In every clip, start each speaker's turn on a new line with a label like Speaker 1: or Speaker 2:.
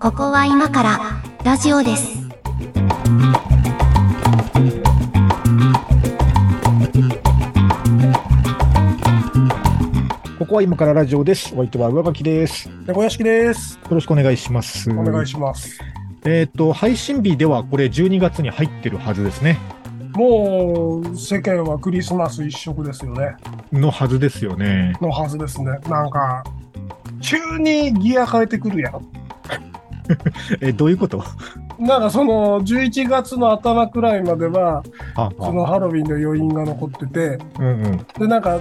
Speaker 1: ここは今からラジオです。
Speaker 2: ここは今からラジオです。お相手は上書きです。よ
Speaker 3: 猫屋敷です。
Speaker 2: ろしくお願いします。
Speaker 3: お願いします。
Speaker 2: えっ、と、配信日ではこれ12月に入ってるはずですね。
Speaker 3: もう世間はクリスマス一色ですよね。
Speaker 2: のはずですよね。
Speaker 3: のはずですね。なんか、急にギア変えてくるやん。
Speaker 2: え、どういうこと
Speaker 3: なんかその11月の頭くらいまでは、
Speaker 2: あ、
Speaker 3: その
Speaker 2: あ、
Speaker 3: ハロウィンの余韻が残ってて、
Speaker 2: うんうん。
Speaker 3: で、なんか、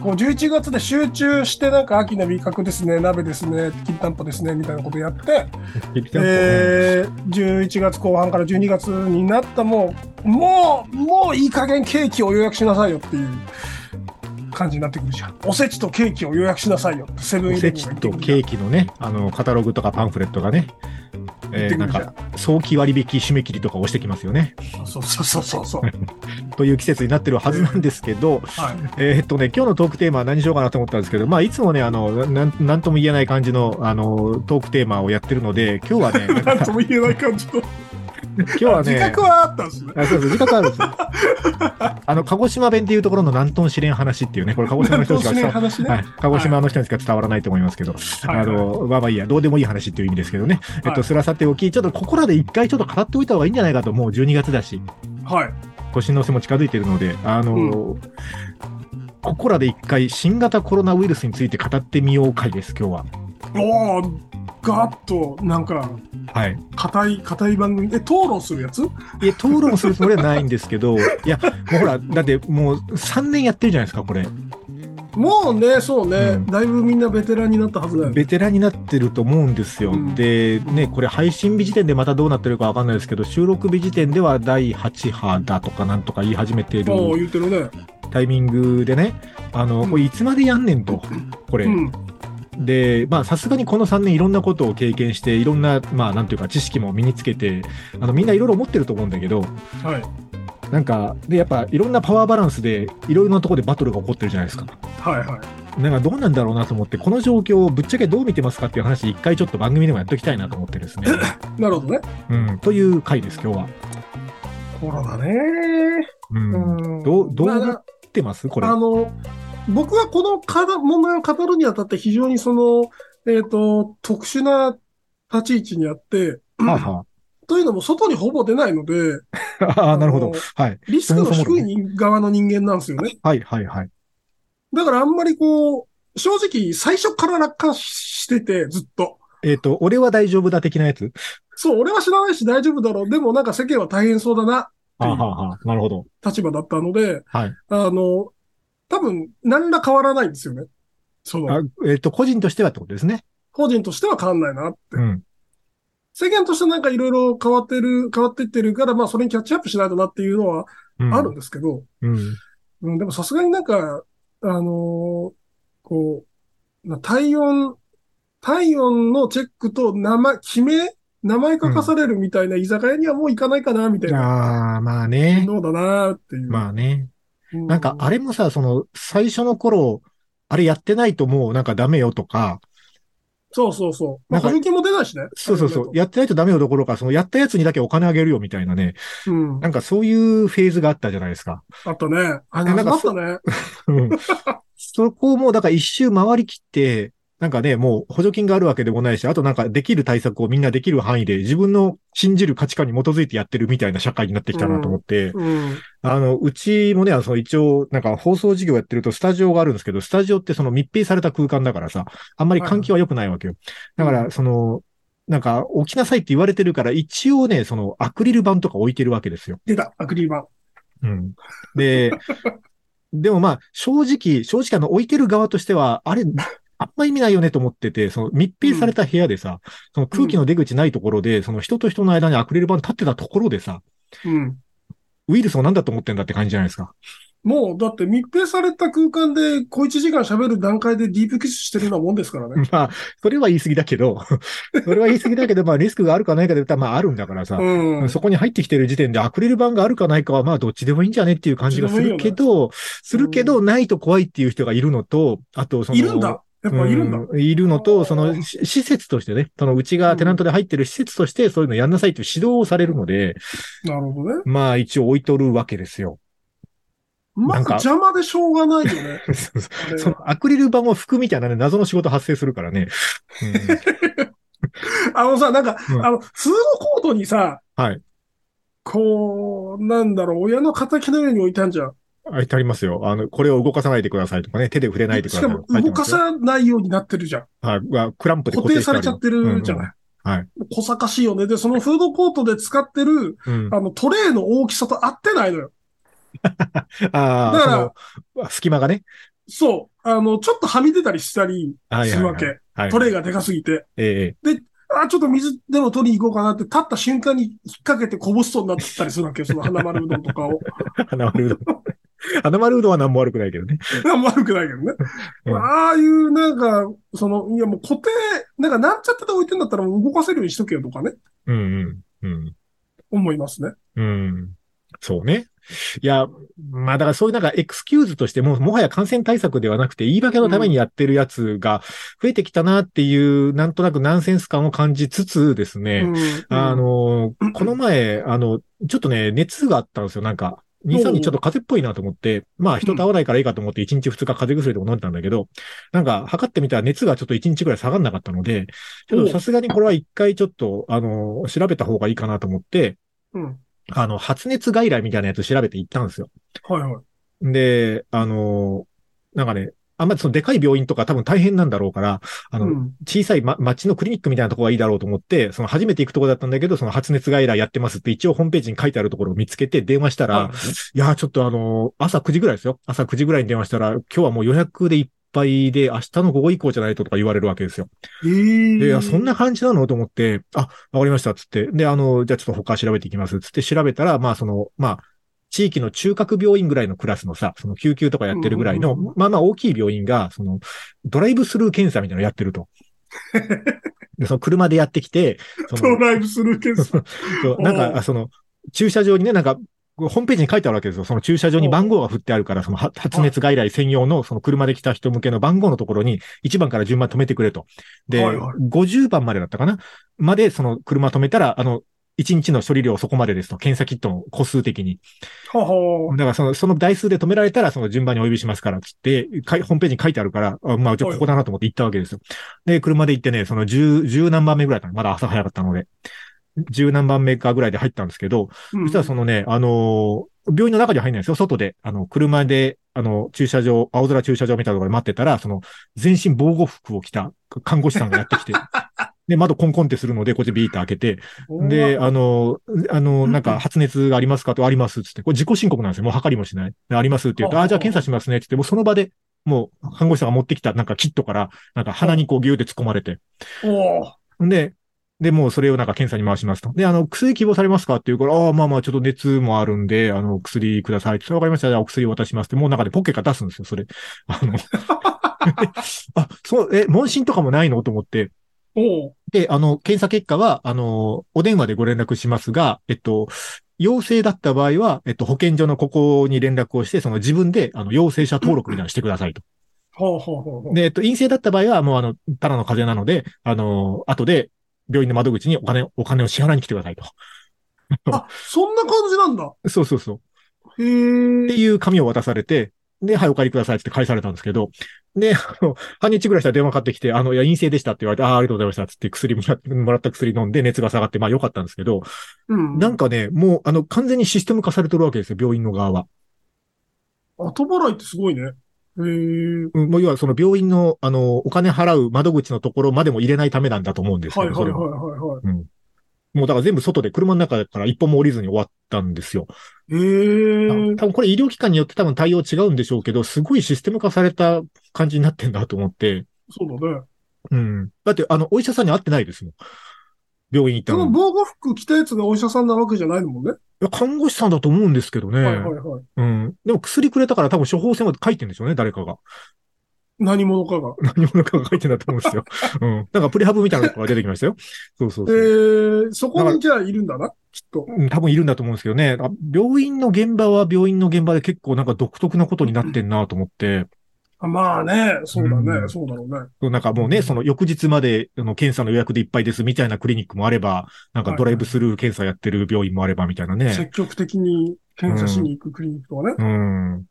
Speaker 3: こう11月で集中して、なんか秋の味覚ですね、鍋ですね、きりたんぽですね、みたいなことやって、
Speaker 2: 劇団
Speaker 3: えー、11月後半から12月になったもうもうもういい加減ケーキを予約しなさいよっていう感じになってくるじゃんおせちとケーキを予約しなさいよってセブン
Speaker 2: お
Speaker 3: イレ
Speaker 2: せ
Speaker 3: ブン
Speaker 2: ち
Speaker 3: が言って
Speaker 2: と
Speaker 3: くるじゃ
Speaker 2: ケ
Speaker 3: ん
Speaker 2: ーキのね、あの、カタログとかパンフレットがね、えー
Speaker 3: 言
Speaker 2: な
Speaker 3: って
Speaker 2: ん
Speaker 3: くるじゃ
Speaker 2: か、
Speaker 3: ん
Speaker 2: 早期割引締め切りとか押してきますよね。
Speaker 3: そうそうそうそうそう
Speaker 2: という季節になってるはずなんですけど、
Speaker 3: はい
Speaker 2: えーっとね、今日のトークテーマは何しようかなと思ったんですけど、まあ、いつもね、あの、なん、なんとも言えない感じの、あの、トークテーマをやってるので、今日はね、なん
Speaker 3: な
Speaker 2: か
Speaker 3: んとも言えない感じと、
Speaker 2: 今日はね、
Speaker 3: 自覚はあったんですね
Speaker 2: あそうそう、自覚あるんです よ。あの、鹿児島弁っていうところの南東試練話っていうね、これ鹿児島の人
Speaker 3: どう
Speaker 2: しか
Speaker 3: し
Speaker 2: 伝
Speaker 3: ない
Speaker 2: わ
Speaker 3: 話ね、
Speaker 2: はい、鹿児島の人にしか伝わらないと思いますけど、
Speaker 3: はい
Speaker 2: あの、まあまあいいや、どうでもいい話っていう意味ですけどね。えっ
Speaker 3: は
Speaker 2: と、
Speaker 3: い
Speaker 2: すらさておき、ちょっとここらで一回ちょっと語っておいた方がいいんじゃないかと、もう12月だし、
Speaker 3: はい
Speaker 2: 年の瀬も近づいてるので、あの、
Speaker 3: う
Speaker 2: ここらで一回新型コロナウイルスについて語ってみよう会です、今日は。
Speaker 3: おーガッとなんか
Speaker 2: はい。
Speaker 3: 硬い硬い番組で討論するやつ
Speaker 2: いや、討論するつもりはないんですけど、いや、もうほら、だってもう3年やってるじゃないですか、これ。
Speaker 3: もうねそうね、
Speaker 2: うん
Speaker 3: だいぶみんなベテランになったはずだよね
Speaker 2: ベテランになってると思うんですよ。
Speaker 3: うん
Speaker 2: で、ね、これ配信日時点でまたどうなってるかわかんないですけど、収録日時点では第8波だとかなんとか言い始めてる
Speaker 3: おー言ってるね
Speaker 2: タイミングでね、あの、
Speaker 3: うん
Speaker 2: これいつまでやんねんと、これ。
Speaker 3: うん
Speaker 2: で、まあさすがにこの3年いろんなことを経験して、いろんな、まあなんていうか知識も身につけて、あのみんないろいろ思ってると思うんだけど、
Speaker 3: はい
Speaker 2: なんか、で、やっぱいろんなパワーバランスで、いろいろなところでバトルが起こってるじゃないですか。
Speaker 3: はいはい。
Speaker 2: なんかどうなんだろうなと思って、この状況をぶっちゃけどう見てますかっていう話、一回ちょっと番組でもやっときたいなと思って ですね。
Speaker 3: なるほどね。
Speaker 2: うん、という回です、今日は。
Speaker 3: コロナね。
Speaker 2: うん、
Speaker 3: ん
Speaker 2: どうどう
Speaker 3: まあ
Speaker 2: 思ってますこれ。
Speaker 3: あの、僕はこのかだ問題を語るにあたって非常にその、えっ、と、特殊な立ち位置にあって、
Speaker 2: は
Speaker 3: というのも外にほぼ出ないので、
Speaker 2: あはあ。ああ、なるほど。はい。
Speaker 3: リスクの低い人側の人間なんですよね。
Speaker 2: はい、はい、はい。
Speaker 3: だからあんまりこう、正直最初から楽観してて、ずっと。
Speaker 2: えっ、と、俺は大丈夫だ的なやつ
Speaker 3: そう、俺は知らないし大丈夫だろう。でもなんか世間は大変そうだな、
Speaker 2: ああ、はあ、はあ。なるほど。
Speaker 3: 立場だったので、
Speaker 2: はい
Speaker 3: あの、多分、何ら変わらないんですよね。その
Speaker 2: あ、えっ、と、個人としてはってことですね。
Speaker 3: 個人としては変わんないなって。
Speaker 2: うん。
Speaker 3: 世間としてなんかいろいろ変わってる、変わっていってるから、まあそれにキャッチアップしないとなっていうのは
Speaker 2: うん、
Speaker 3: あるんですけど、
Speaker 2: うん。
Speaker 3: うんでもさすがになんか、あのーこう、な体温、体温のチェックと名前、決め、名前書かされるみたいな居酒屋にはもう行かないかな、みたいな
Speaker 2: ああ、まあね。
Speaker 3: のだなっていう。
Speaker 2: まあね。
Speaker 3: う
Speaker 2: なんか、あれもさ、その、最初の頃、あれやってないともうなんかダメよとか、
Speaker 3: そうそうそう。ま
Speaker 2: な
Speaker 3: あ、
Speaker 2: んか
Speaker 3: 補助金も出ないしね。
Speaker 2: そうそうそう。。やってないとダメよどころか、そのやったやつにだけお金あげるよみたいなね。
Speaker 3: うん。
Speaker 2: なんかそういうフェーズがあったじゃないですか。
Speaker 3: あったね。あ、
Speaker 2: なんか
Speaker 3: なかったね。
Speaker 2: うん。そこをもうだから一周回りきって、なんかね、もう補助金があるわけでもないし、あとなんかできる対策をみんなできる範囲で自分の信じる価値観に基づいてやってるみたいな社会になってきたなと思って、
Speaker 3: うん。
Speaker 2: あの、うちもね、あのその一応なんか放送事業やってるとスタジオがあるんですけど、スタジオってその密閉された空間だからさ、あんまり環境は良くないわけよ。だから、その、なんか起きなさいって言われてるから、一応ね、そのアクリル板とか置いてるわけですよ。
Speaker 3: 出た、アクリル板。
Speaker 2: うん。で、 でもまあ、正直、正直あの、置いてる側としては、あれ、あんま意味ないよねと思ってて、その密閉された部屋でさ、その空気の出口ないところで、その人と人の間にアクリル板立ってたところでさ、
Speaker 3: うん。
Speaker 2: ウイルスを何だと思ってんだって感じじゃないですか。
Speaker 3: もう、だって密閉された空間で小一時間喋る段階でディープキスしてるようなもんですから ね。
Speaker 2: まあ、それは言い過ぎだけど、 それは言い過ぎだけど、まあ、リスクがあるかないかで言ったら、まあ、あるんだからさ、
Speaker 3: うん。
Speaker 2: そこに入ってきてる時点でアクリル板があるかないかは、まあ、どっちでもいいんじゃねっていう感じがするけど、するけど、ないと怖いっていう人がいるのと、あと、その、
Speaker 3: いるんだ。やっぱいるんだ。
Speaker 2: うんいるのと、その、し施設としてね、そのうちがテナントで入ってる施設として、そういうのやんなさいという指導をされるので、
Speaker 3: なるほどね。
Speaker 2: まあ一応置いとるわけですよ。
Speaker 3: まあ、
Speaker 2: なんか
Speaker 3: 邪魔でしょうがないよね。
Speaker 2: そうそう
Speaker 3: あれ
Speaker 2: そのアクリル板を拭くみたいなね、謎の仕事発生するからね。
Speaker 3: あのさ、なんか、
Speaker 2: うん
Speaker 3: あの、通路コートにさ、
Speaker 2: はい
Speaker 3: こう、なんだろう、親の敵のように置いたんじゃん。
Speaker 2: うん。あいてありますよ。あの、これを動かさないでくださいとかね、手で触れないでく
Speaker 3: し
Speaker 2: ださ
Speaker 3: か
Speaker 2: い
Speaker 3: も
Speaker 2: と書いて
Speaker 3: 動
Speaker 2: ま
Speaker 3: か
Speaker 2: すよ。
Speaker 3: さないようになってるじゃん。
Speaker 2: はいわ、クランプで固
Speaker 3: 固
Speaker 2: 定
Speaker 3: 定
Speaker 2: して
Speaker 3: さ
Speaker 2: あ
Speaker 3: れ
Speaker 2: る
Speaker 3: ちゃってるじゃない。
Speaker 2: うんうんはい。
Speaker 3: 小賢しいよね。で、そのフードコートで使ってる、
Speaker 2: うん
Speaker 3: あの、トレイの大きさと合ってないのよ。
Speaker 2: あ
Speaker 3: だ
Speaker 2: あ
Speaker 3: か、
Speaker 2: その、隙間がね。
Speaker 3: そう。あの、ちょっとはみ出たりしたり
Speaker 2: はい
Speaker 3: す
Speaker 2: はい
Speaker 3: る
Speaker 2: はい、
Speaker 3: わけ。
Speaker 2: はい
Speaker 3: トレイがでかすぎて。
Speaker 2: え
Speaker 3: あ、ちょっと水でも取りに行こうかなって、立った瞬間に引っ掛けてこぼしそうになってたりするわけよ。その花丸うどん とかを。
Speaker 2: え花丸うどん。 花丸うどんは何も悪くないけどね。
Speaker 3: なんも悪くないけどね。
Speaker 2: うん
Speaker 3: ああいう、なんか、その、いやもう固定、なんかなんちゃってで置いてんだったらもう動かせるようにしとけよとかね、
Speaker 2: うんうん。うん。
Speaker 3: 思いますね。
Speaker 2: うん。そうね。いや、まあだからそういうなんかエクスキューズとしても、もはや感染対策ではなくて言い訳のためにやってるやつが増えてきたなっていう、なんとなくナンセンス感を感じつつです
Speaker 3: う
Speaker 2: ね。
Speaker 3: ん
Speaker 2: あ、の、この前、あの、ちょっとね、熱があったんですよ、なんか。2、3
Speaker 3: おう
Speaker 2: 日ちょっと風邪っぽいなと思って、まあ人と会わないからいいかと思って1日2日風邪薬でも飲んでたんだけど、なんか測ってみたら熱がちょっと1日くらい下がんなかったので、ちょっとさすがにこれは1回ちょっと、あの、調べた方がいいかなと思って、
Speaker 3: うん。
Speaker 2: あの、発熱外来みたいなやつ調べて行ったんですよ。
Speaker 3: はいはい。
Speaker 2: で、あの、なんかね、あんまりそのでかい病院とか多分大変なんだろうから、あの、
Speaker 3: うん
Speaker 2: 小さい、ま、町のクリニックみたいなとこがいいだろうと思って、その初めて行くとこだったんだけど、その発熱外来やってますって一応ホームページに書いてあるところを見つけて電話したら、
Speaker 3: はい
Speaker 2: いやー、ちょっとあのー朝9時ぐらいですよ。朝9時ぐらいに電話したら、今日はもう予約でいっぱいで、明日の午後以降じゃないととか言われるわけですよ。
Speaker 3: えー
Speaker 2: で、いや、そんな感じなのと思って、あ、わかりました、つって。で、あの、じゃあちょっと他調べていきます、つって調べたら、まあ、その、まあ、地域の中核病院ぐらいのクラスのさ、その救急とかやってるぐらいの、
Speaker 3: うんうんう
Speaker 2: まあまあ大きい病院が、その、ドライブスルー検査みたいなのやってる と。で、その車でやってきて、そ
Speaker 3: ド
Speaker 2: の、
Speaker 3: ライブスルーケー ス。
Speaker 2: そうなんか、あその、駐車場にね、なんか、ホームページに書いてあるわけですよ。その駐車場に番号が振ってあるから、そのは発熱外来専用の、その車で来た人向けの番号のところに、1番から順番止めてくれと。で、
Speaker 3: はいはい
Speaker 2: 50番までだったかなまで、その車止めたら、あの、1日の処理量そこまでですと、検査キットの個数的に。
Speaker 3: はは
Speaker 2: だからその、その台数で止められたら、その順番にお呼びしますから、つって、かいホームページに書いてあるから、あまあ、じゃあここだなと思って行ったわけですよ。で、車で行ってね、その10、10何番目ぐらいだったのまだ朝早かったので。10何番目かぐらいで入ったんですけど、そしたらそのね、あのー病院の中には入んないんですよ。外で、あの、車で、あの、駐車場、青空駐車場みたいなところで待ってたら、その、全身防護服を着た看護師さんがやって きて、で、窓コンコンってするので、こっちビーって開けて、
Speaker 3: うん
Speaker 2: で、、あの、あの、なんか、発熱がありますかと、ありますっつって、これ自己申告なんですよ。もう測りもしない。でありますって言うと、
Speaker 3: あ
Speaker 2: あ、じゃあ検査しますねって言って、もうその場で、もう、看護師さんが持ってきた、なんかキットから、なんか鼻にこうギューって突っ込まれて、
Speaker 3: おー
Speaker 2: で、で、もうそれをなんか検査に回しますと。で、あの、薬希望されますかっていうから、ああ、まあまあ、ちょっと熱もあるんで、あの、薬くださいって。わかりました。じゃあ、お薬を渡しますって。もう中でポッケから出すんですよ、それ。あ の、あ、そう、え、問診とかもないのと思って。
Speaker 3: おー
Speaker 2: で、あの、検査結果は、あの、お電話でご連絡しますが、えっと、陽性だった場合は、えっと、保健所のここに連絡をして、その自分で、あの、陽性者登録みたいなのしてくださいと。
Speaker 3: はあはあはあはあ
Speaker 2: で、えっと、陰性だった場合は、もう、あの、ただの風邪なので、あの、後で、病院の窓口にお金、お金を支払いに来てくださいと。
Speaker 3: あ、そんな感じなんだ。
Speaker 2: そうそうそう。
Speaker 3: へ
Speaker 2: って
Speaker 3: え。
Speaker 2: いう紙を渡されて、で、はい、お帰りくださいって返されたんですけど、で、あの、半日ぐらいしたら電話かかってきて、あの、いや、陰性でしたって言われて、ああ、ありがとうございましたっつって薬もらってもらった薬飲んで熱が下がって、まあ良かったんですけど、
Speaker 3: うん
Speaker 2: なんかね、もう、あの、完全にシステム化されてるわけですよ、病院の側は。
Speaker 3: 後払いってすごいね。へえ。
Speaker 2: うん、もう、要はその病院の、あの、お金払う窓口のところまでも入れないためなんだと思うんですけ
Speaker 3: はい
Speaker 2: ど、
Speaker 3: はい
Speaker 2: そ
Speaker 3: はい
Speaker 2: れは
Speaker 3: はいはい。
Speaker 2: もうだから全部外で車の中から一歩も降りずに終わったんですよ。
Speaker 3: ええ
Speaker 2: 多分これ医療機関によって多分対応違うんでしょうけど、すごいシステム化された感じになってんだと思って。
Speaker 3: そうだね。
Speaker 2: うん。だって、あの、お医者さんに会ってないですもん。病院行った
Speaker 3: そ
Speaker 2: の
Speaker 3: の
Speaker 2: に。い
Speaker 3: 防護服着たやつがお医者さんなわけじゃないもんね。
Speaker 2: や看護師さんだと思うんですけどね。
Speaker 3: はいはいはい。
Speaker 2: うん。でも薬くれたから多分処方箋は書いてんでしょうね、誰かが。
Speaker 3: 何者かが。
Speaker 2: 何者かが書いてんだと思うん ですよ。うん。なんかプレハブみたいなとこが出てきましたよ。そうそう
Speaker 3: え
Speaker 2: そう。
Speaker 3: えそこにじゃあいるんだな、きっと。
Speaker 2: うん多分いるんだと思うんですけどね。あ病院の現場は病院の現場で結構なんか独特なことになってんなと思って。
Speaker 3: まあね、そうだね、
Speaker 2: うん
Speaker 3: そうだろうね。
Speaker 2: そうなんかもうね、その翌日まであの検査の予約でいっぱいですみたいなクリニックもあれば、なんかドライブスルー検査やってる病院もあればみたいなね。
Speaker 3: 積極的に検査しに行くクリニックとかね。
Speaker 2: うん。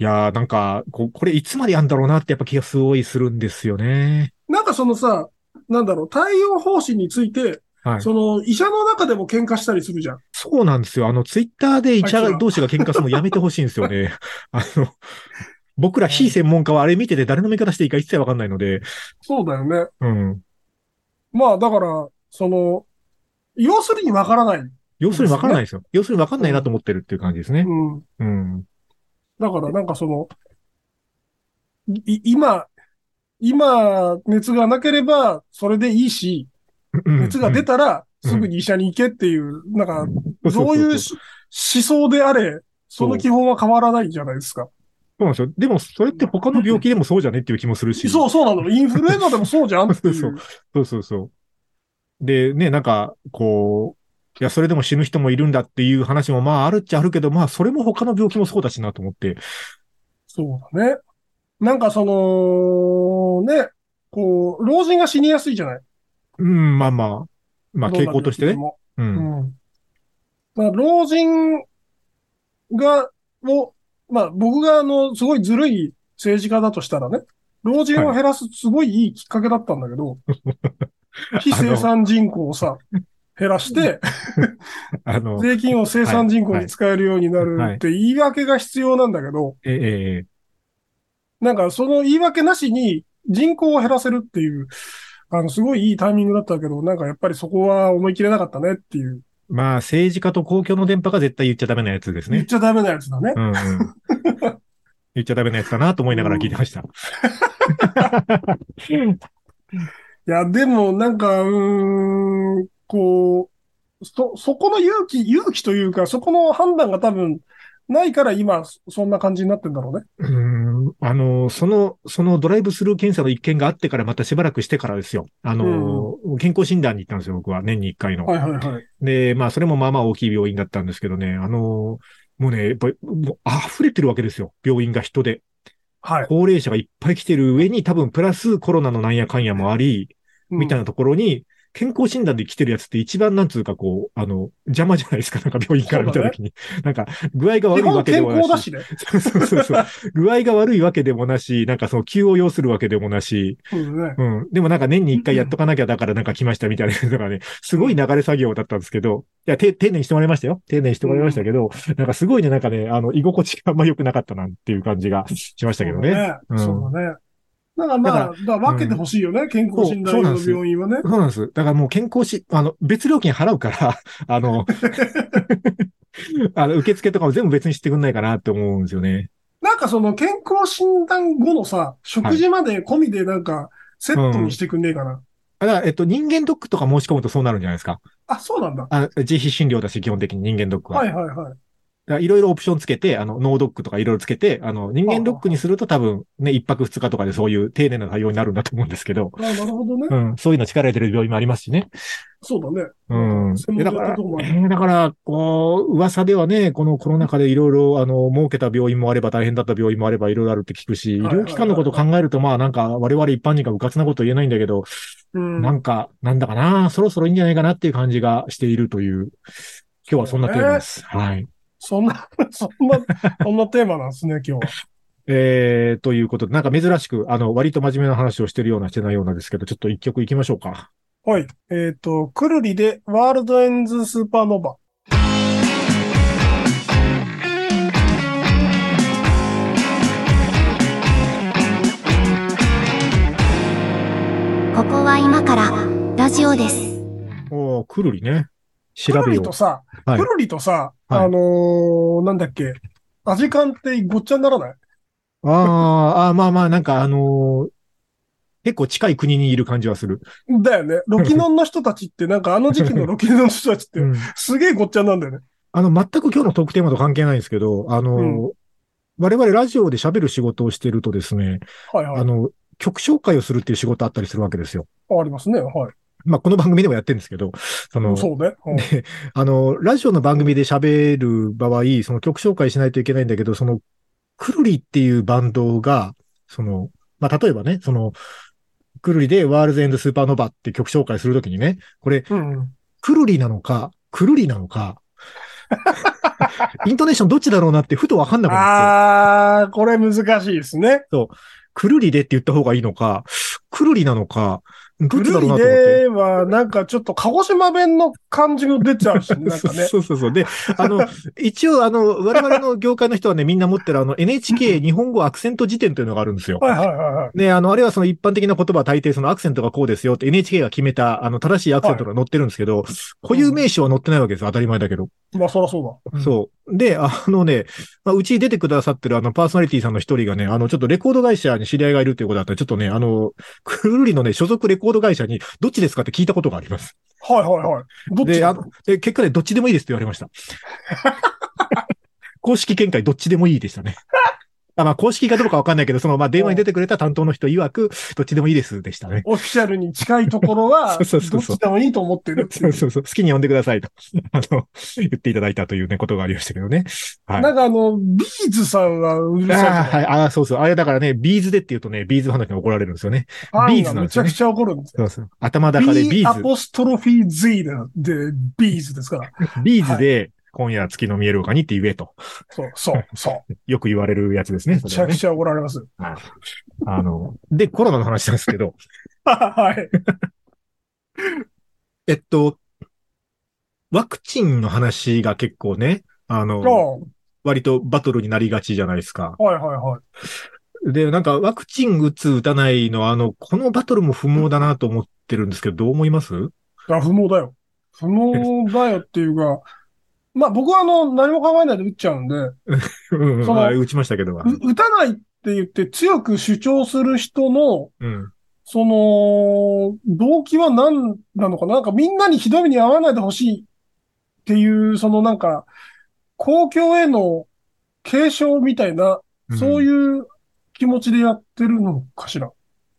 Speaker 2: いやー、なんか、ここれいつまでやんだろうなってやっぱ気がすごいするんですよね。
Speaker 3: なんかそのさ、なんだろう、対応方針について、
Speaker 2: はい。
Speaker 3: その医者の中でも喧嘩したりするじゃん。
Speaker 2: そうなんですよ。あの、ツイッターで医
Speaker 3: あ違
Speaker 2: 者
Speaker 3: う
Speaker 2: 同士が喧嘩するのやめてほしいんですよね。 あの、僕ら非専門家はあれ見てて誰の味方していいか一切わかんないので、
Speaker 3: そうだよね。
Speaker 2: うん。
Speaker 3: まあだから、その、要するにわからない。
Speaker 2: 要するにわからないですよ。要するにわかんないなと思ってるっていう感じですね。
Speaker 3: うん。
Speaker 2: うん。
Speaker 3: だからなんかその、い今、今、熱がなければ、それでいいし、熱が出たら、
Speaker 2: うん
Speaker 3: すぐに医者に行けっていう、なんか、
Speaker 2: うん、
Speaker 3: どう
Speaker 2: そ
Speaker 3: いう
Speaker 2: そ
Speaker 3: 思
Speaker 2: そ
Speaker 3: 想であれ、その基本は変わらないじゃないですか。
Speaker 2: そうなんですよ。でも、それって他の病気でもそうじゃねっていう気もするし。
Speaker 3: そう、そうなの。インフルエンザでもそうじゃんってい。
Speaker 2: そううそうそうそう。で、ね、なんか、こう、いや、それでも死ぬ人もいるんだっていう話もまああるっちゃあるけど、まあそれも他の病気もそうだしなと思って。
Speaker 3: そうだね。なんかその、ね、こう、老人が死にやすいじゃない。
Speaker 2: うん、まあまあ。まあ傾向として
Speaker 3: どんな病気で
Speaker 2: ね。
Speaker 3: も
Speaker 2: う。
Speaker 3: うんん。まあ、老人が、を、まあ、僕があの、すごいずるい政治家だとしたらね、老人を減らすすごいいいきっかけだったんだけ ど、非生産人口をさ、減ら して、
Speaker 2: あの、
Speaker 3: 税金を生産人口に使えるようになるって言い訳が必要なんだけど、
Speaker 2: ええええ
Speaker 3: なんかその言い訳なしに人口を減らせるっていう、あの、すごいいいタイミングだったけど、なんかやっぱりそこは思い切れなかったねっていう、
Speaker 2: まあ政治家と公共の電波が絶対言っちゃダメなやつです
Speaker 3: 言っ
Speaker 2: ね。
Speaker 3: ちゃダメなやつだね。
Speaker 2: うん、うん。言っちゃダメなやつだなと思いながら聞いてました。
Speaker 3: いや、でも、なんか、うーん、こう、そ、そこの勇気、勇気というか、そこの判断が多分、ないから今、そそんな感じになってんだろうね。
Speaker 2: うん、あの、その、そのドライブスルー検査の一件があってからまたしばらくしてからですよ。あの、健康診断に行ったんですよ、僕は。年に一回の。
Speaker 3: はいはいはい。
Speaker 2: で、まあ、それもまあまあ大きい病院だったんですけどね、あの、もうね、やっぱり、もう溢れてるわけですよ。病院が人で。
Speaker 3: はい。
Speaker 2: 高齢者がいっぱい来てる上に、多分プラスコロナのなんやかんやもあり、みたい
Speaker 3: な。
Speaker 2: なところに、健康診断で来てるやつって一番なんつうかこう、あの、邪魔じゃないですか、なんか病院から見たときに。なんか、具合が悪
Speaker 3: 基
Speaker 2: いわ
Speaker 3: 本
Speaker 2: けで
Speaker 3: 健
Speaker 2: もな
Speaker 3: 康だ
Speaker 2: し。
Speaker 3: しね。
Speaker 2: そうそうそうそう。具合が悪いわけでもなし、なんかその急を要するわけでもなし、
Speaker 3: そうだね。
Speaker 2: うん。でもなんか年に一回やっとかなきゃだからなんか来ましたみたいなやつとかね、すごい流れ作業だったんですけど、いや、て丁寧にしてもらいましたよ。丁寧にしてもらいましたけど、なんかすごいね、なんかね、あの、居心地があんま良くなかったなっていう感じがしましたけどね。
Speaker 3: そうだね。
Speaker 2: うん
Speaker 3: そうだね。だからまあ、
Speaker 2: だ
Speaker 3: だから分けてほしいよね。健康診断用の病院はね。
Speaker 2: そうなんです。だからもう健康し、あの、別料金払うから、 あの、あの受付とかも全部別にしてくんないかなって思うんですよね。
Speaker 3: なんかその健康診断後のさ、食事まで込みでなんか、セットにしてくんねえかな。
Speaker 2: あだから、えっと、人間ドックとか申し込むとそうなるんじゃないですか。
Speaker 3: あ、そうなんだ。
Speaker 2: あ自費診療だし、基本的に人間ドックは。
Speaker 3: はいはいはい。
Speaker 2: だからいろいろオプションつけて、あの、ノードックとかいろいろつけて、あの、人間ドックにすると多分ね、一泊二日とかでそういう丁寧な対応になるんだと思うんですけど、
Speaker 3: あなるほどね。
Speaker 2: うん、そういうの力入れてる病院もありますしね。
Speaker 3: そうだね。
Speaker 2: うん。
Speaker 3: 専
Speaker 2: え
Speaker 3: 門
Speaker 2: だか
Speaker 3: 家の
Speaker 2: ら、
Speaker 3: とこもあ
Speaker 2: え
Speaker 3: る
Speaker 2: ーだから、こう、噂ではね、このコロナ禍でいろいろ、あの、儲けた病院もあれば大変だった病院もあればいろいろあるって聞くし、医
Speaker 3: はいはいはい
Speaker 2: 療機関のことを考えると、まあなんか、我々一般人がうかつなこと言えないんだけど、
Speaker 3: うん
Speaker 2: なんか、なんだかな、そろそろいいんじゃないかなっていう感じがしているという、今日はそんなテーマです。はい。
Speaker 3: そんな、 そんな、そんなテーマなんですね、今日は。
Speaker 2: えー、ということで、なんか珍しく、あの、割と真面目な話をしてるような、してないようなですけど、ちょっと一曲行きましょうか。
Speaker 3: はい。えっ、と、くるりでワールドエンズスーパーノーバ。
Speaker 1: ここは今からラジオです。
Speaker 2: おー、くるりね。調
Speaker 3: くる
Speaker 2: べ
Speaker 3: り
Speaker 2: よ
Speaker 3: とさ、
Speaker 2: はい
Speaker 3: くるりとさ、
Speaker 2: はい。
Speaker 3: あのーなんだっけ、アジカンってごっちゃにならないう
Speaker 2: あーあー、まあまあ、なんかあのー結構近い国にいる感じはする。
Speaker 3: だ よね。ロキノンの人たちって、なんかあの時期のロキノンの人たちって
Speaker 2: う、ん
Speaker 3: すげえごっちゃなんだよね。
Speaker 2: あの、全く今日のトークテーマと関係ないんですけど、あのー
Speaker 3: う
Speaker 2: 我々ラジオで喋る仕事をしてるとですね、
Speaker 3: はいはい。
Speaker 2: あの、曲紹介をするっていう仕事あったりするわけですよ。
Speaker 3: ありますね。はい。
Speaker 2: まあ、この番組でもやってるんですけど、その、
Speaker 3: そうね。うん
Speaker 2: あの、ラジオの番組で喋る場合、その曲紹介しないといけないんだけど、その、くるりっていうバンドが、その、まあ、例えばね、その、くるりでワールズエンドスーパーノバって曲紹介するときにね、これ、
Speaker 3: うん。
Speaker 2: くるりなのか、くるりなの か、イントネーションどっちだろうなってふとわかんなくなって、
Speaker 3: あー、これ難しいですね。
Speaker 2: くるりでって言った方がいいのか、くるりなのか、ど
Speaker 3: く
Speaker 2: っちだ
Speaker 3: る
Speaker 2: ろう
Speaker 3: り
Speaker 2: なと思って。
Speaker 3: では、なんかちょっと鹿児島弁の感じが出ちゃうし、なんかね。
Speaker 2: そうそうそう。で、あの、一応、あの、我々の業界の人はね、みんな持ってるあの、NHK 日本語アクセント辞典というのがあるんですよ。
Speaker 3: はいはいはいはい。
Speaker 2: ね、あの、あるいはその一般的な言葉は大抵そのアクセントがこうですよって NHK が決めた、あの、正しいアクセントが載ってるんですけど、固有名詞は載ってないわけですよ。当たり前だけど。
Speaker 3: まあそらそうだ。
Speaker 2: そう。で、あのね、まあ、うちに出てくださってるあの、パーソナリティさんの一人がね、あの、ちょっとレコード会社に知り合いがいるということだったら、ちょっとね、あの、くるりのね、所属レコード会社に、どっちですかって聞いたことがあります。
Speaker 3: うん。はいはいはい。どっち
Speaker 2: で、
Speaker 3: だ
Speaker 2: あの、で結果ね、どっちでもいいですって言われました。 公式見解、どっちでもいいでしたね。あまあ、公式かどうかわかんないけど、その、まあ、電話に出てくれた担当の人曰く、どっちでもいいですでしたね。
Speaker 3: オフィシャルに近いところ は、
Speaker 2: そ
Speaker 3: ど
Speaker 2: うそうそう
Speaker 3: っ
Speaker 2: そう
Speaker 3: ちでもいいと思ってるって
Speaker 2: そ
Speaker 3: いうう。
Speaker 2: そうそう、好きに呼んでくださいと、あの、言っていただいたというね、ことがありましたけどね。はい。
Speaker 3: なんかあの、ビーズさんはうる
Speaker 2: ああ、
Speaker 3: さ
Speaker 2: は
Speaker 3: い
Speaker 2: い、ああ、そうそう。あれだからね、ビーズでって言うとね、ビーズファンの人に怒られるんですよね。
Speaker 3: ファンが
Speaker 2: ビーズなん
Speaker 3: め
Speaker 2: で
Speaker 3: ち
Speaker 2: すね
Speaker 3: ゃくちゃ怒るんですよ。
Speaker 2: そうそう。頭高でビ
Speaker 3: ア
Speaker 2: ーズ、
Speaker 3: ポストロフィー Z で、ビーズですから。
Speaker 2: ビーズで、今夜月の見える丘にって言えと、
Speaker 3: そう、そう、 そう。
Speaker 2: よく言われるやつですね。そ
Speaker 3: め
Speaker 2: れ
Speaker 3: ちゃ
Speaker 2: は
Speaker 3: く
Speaker 2: ね
Speaker 3: ちゃ怒ら れます。
Speaker 2: あの、で、コロナの話なんですけど、
Speaker 3: はい。
Speaker 2: えっと、ワクチンの話が結構ね、あの、
Speaker 3: おう
Speaker 2: 割とバトルになりがちじゃないですか。
Speaker 3: はいはいはい。
Speaker 2: で、なんかワクチン打つ打たないの、あの、このバトルも不毛だなと思ってるんですけど、どう思います
Speaker 3: いや、不毛だよ。不毛だよっていうか、 まあ僕はあの、何も考えないで打っちゃうんで、う
Speaker 2: うん、
Speaker 3: その
Speaker 2: まあ打ちましたけど。う
Speaker 3: 打たないって言って強く主張する人の、
Speaker 2: ん。
Speaker 3: その、動機は何なのかななんかみんなにひどい目に遭わないでほしいっていう、そのなんか、公共への継承みたいな、そ
Speaker 2: う
Speaker 3: う
Speaker 2: ん。
Speaker 3: いう気持ちでやってるのかしら。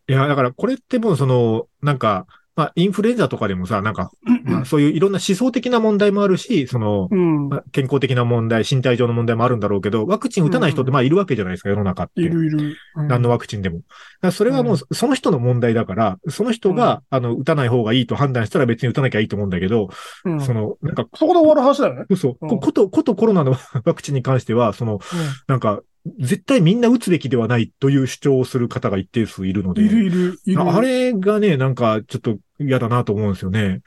Speaker 2: いや、だからこれってもうその、なんか、まあインフルエンザとかでもさ、なんか、まあそういういろんな思想的な問題もあるし、その、
Speaker 3: うん
Speaker 2: ま。あ健康的な問題、身体上の問題もあるんだろうけど、ワクチン打たない人ってまあいるわけじゃないですか、世の中って。
Speaker 3: いるいる。うん
Speaker 2: 何のワクチンでも。だからそれはもうその人の問題だから、その人が、あの、打たない方がいいと判断したら別に打たなきゃいいと思うんだけど、
Speaker 3: うん
Speaker 2: その、なんか、
Speaker 3: そこで終わる話だよね。
Speaker 2: 嘘、
Speaker 3: う
Speaker 2: こ
Speaker 3: ん
Speaker 2: こと、ことコロナの ワクチンに関しては、その、なんか、絶対みんな打つべきではないという主張をする方が一定数いるので、
Speaker 3: いるいる、いる。
Speaker 2: あれがね、なんか、ちょっと嫌だなと思うんですよね。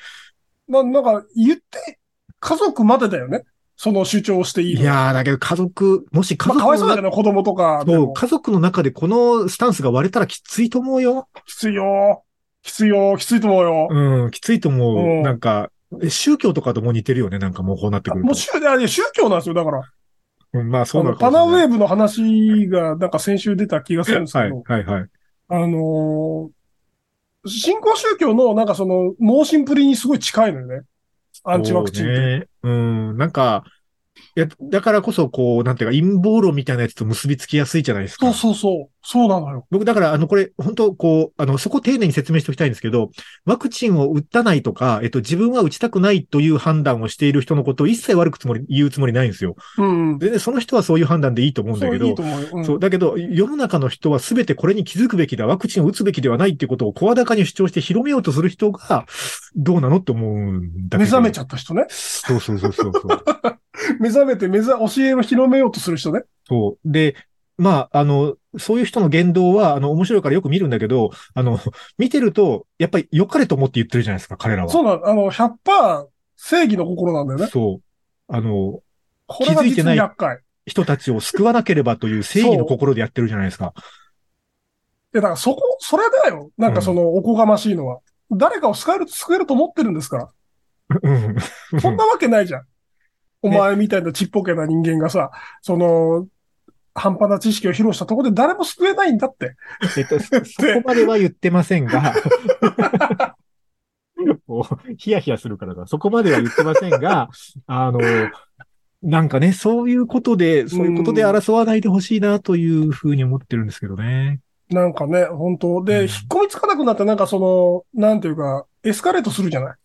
Speaker 3: な、なんか、言って、家族までだよね。その主張してい
Speaker 2: い
Speaker 3: いのは。
Speaker 2: やー、だけど家族、もし家
Speaker 3: まあ、
Speaker 2: 族
Speaker 3: かわい
Speaker 2: の
Speaker 3: そうだけ
Speaker 2: 中、
Speaker 3: ど、子供とかで
Speaker 2: そ
Speaker 3: も。
Speaker 2: う家族の中でこのスタンスが割れたらきついと思うよ。
Speaker 3: 必要。必要。きついと思うよ。
Speaker 2: うん、きついと思
Speaker 3: う
Speaker 2: う。
Speaker 3: ん
Speaker 2: なんか、宗教とかとも似てるよね、なんかもうこうなってくる
Speaker 3: もう
Speaker 2: と。
Speaker 3: 宗いやいや宗教なんですよ、だから。
Speaker 2: うんまあそう
Speaker 3: あ
Speaker 2: な
Speaker 3: の
Speaker 2: のか
Speaker 3: パ
Speaker 2: も
Speaker 3: ナ
Speaker 2: し
Speaker 3: ウ
Speaker 2: れない
Speaker 3: ェーブの話が、なんか先週出た気がするんですけど、
Speaker 2: はい、はい、はい。
Speaker 3: あのー新興宗教の、なんかその、盲信プリにすごい近いのよね。アンチワクチンっ
Speaker 2: そう
Speaker 3: て。
Speaker 2: ね。うん、なんか、いや、だからこそ、こう、なんていうか、陰謀論みたいなやつと結びつきやすいじゃないですか。
Speaker 3: そうそうそう。そうなのよ。
Speaker 2: 僕、だから、あの、これ、本当こう、あの、そこ丁寧に説明しておきたいんですけど、ワクチンを打たないとか、えっと、自分は打ちたくないという判断をしている人のことを一切悪くつもり、言うつもりないんですよ。
Speaker 3: うん、うん。
Speaker 2: 全然その人はそういう判断でいいと思うん
Speaker 3: そ
Speaker 2: だ
Speaker 3: う
Speaker 2: け
Speaker 3: いい
Speaker 2: ど
Speaker 3: と、思うよ。うん
Speaker 2: そう、だけど、世の中の人は全てこれに気づくべきだ、ワクチンを打つべきではないっていうことを声高に主張して広めようとする人が、どうなのって思うんだけど。
Speaker 3: 目覚めち
Speaker 2: ゃ
Speaker 3: ゃった人ね。
Speaker 2: そうそうそうそうそう。
Speaker 3: 目覚めて、目覚、教えを広めようとする人ね。
Speaker 2: そう。で、まあ、あの、そういう人の言動は、あの、面白いからよく見るんだけど、あの、 見てると、やっぱり良かれと思って言ってるじゃないですか、彼らは。
Speaker 3: そうなの、あの、100%正義の心なんだよね。
Speaker 2: そうあの、
Speaker 3: これが
Speaker 2: 気づいて
Speaker 3: 実
Speaker 2: ない
Speaker 3: に厄介。
Speaker 2: 人たちを救わなければという正義の心でやってるじゃないですか。
Speaker 3: いや、だからそこ、それだよ。なんかその、おこがましいのは。誰かを救える、救えると思ってるんですから。
Speaker 2: うん。
Speaker 3: そんなわけないじゃん。お
Speaker 2: ね
Speaker 3: 前みたいなちっぽけな人間がさ、その、半端な知識を披露したところで誰も救えないんだって。
Speaker 2: えっと、そ そこまでは言ってませんが、 こうヒヤヒヤするからだ。そこまでは言ってませんが、あの、なんかね、そういうことで、そういうことで争わないでほしいなというふうに思ってるんですけどね。
Speaker 3: なんかね、本当
Speaker 2: う
Speaker 3: で、
Speaker 2: ん
Speaker 3: 引っ込みつかなくなって、なんかその、なんていうか、エスカレートするじゃない。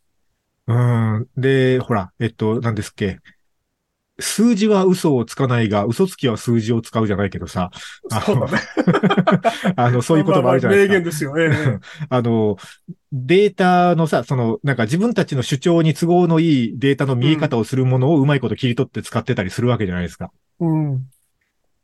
Speaker 2: うん。で、ほら、えっと、何ですっけ。数字は嘘をつかないが、嘘つきは数字を使うじゃないけどさ、 あ
Speaker 3: そうだね。
Speaker 2: あの、そういう言葉あるじゃないですか。
Speaker 3: まあまあ名言ですよ。え え
Speaker 2: あの、データのさ、その、なんか自分たちの主張に都合のいいデータの見え方をするものをうまいこと切り取って使ってたりするわけじゃないですか。
Speaker 3: うん。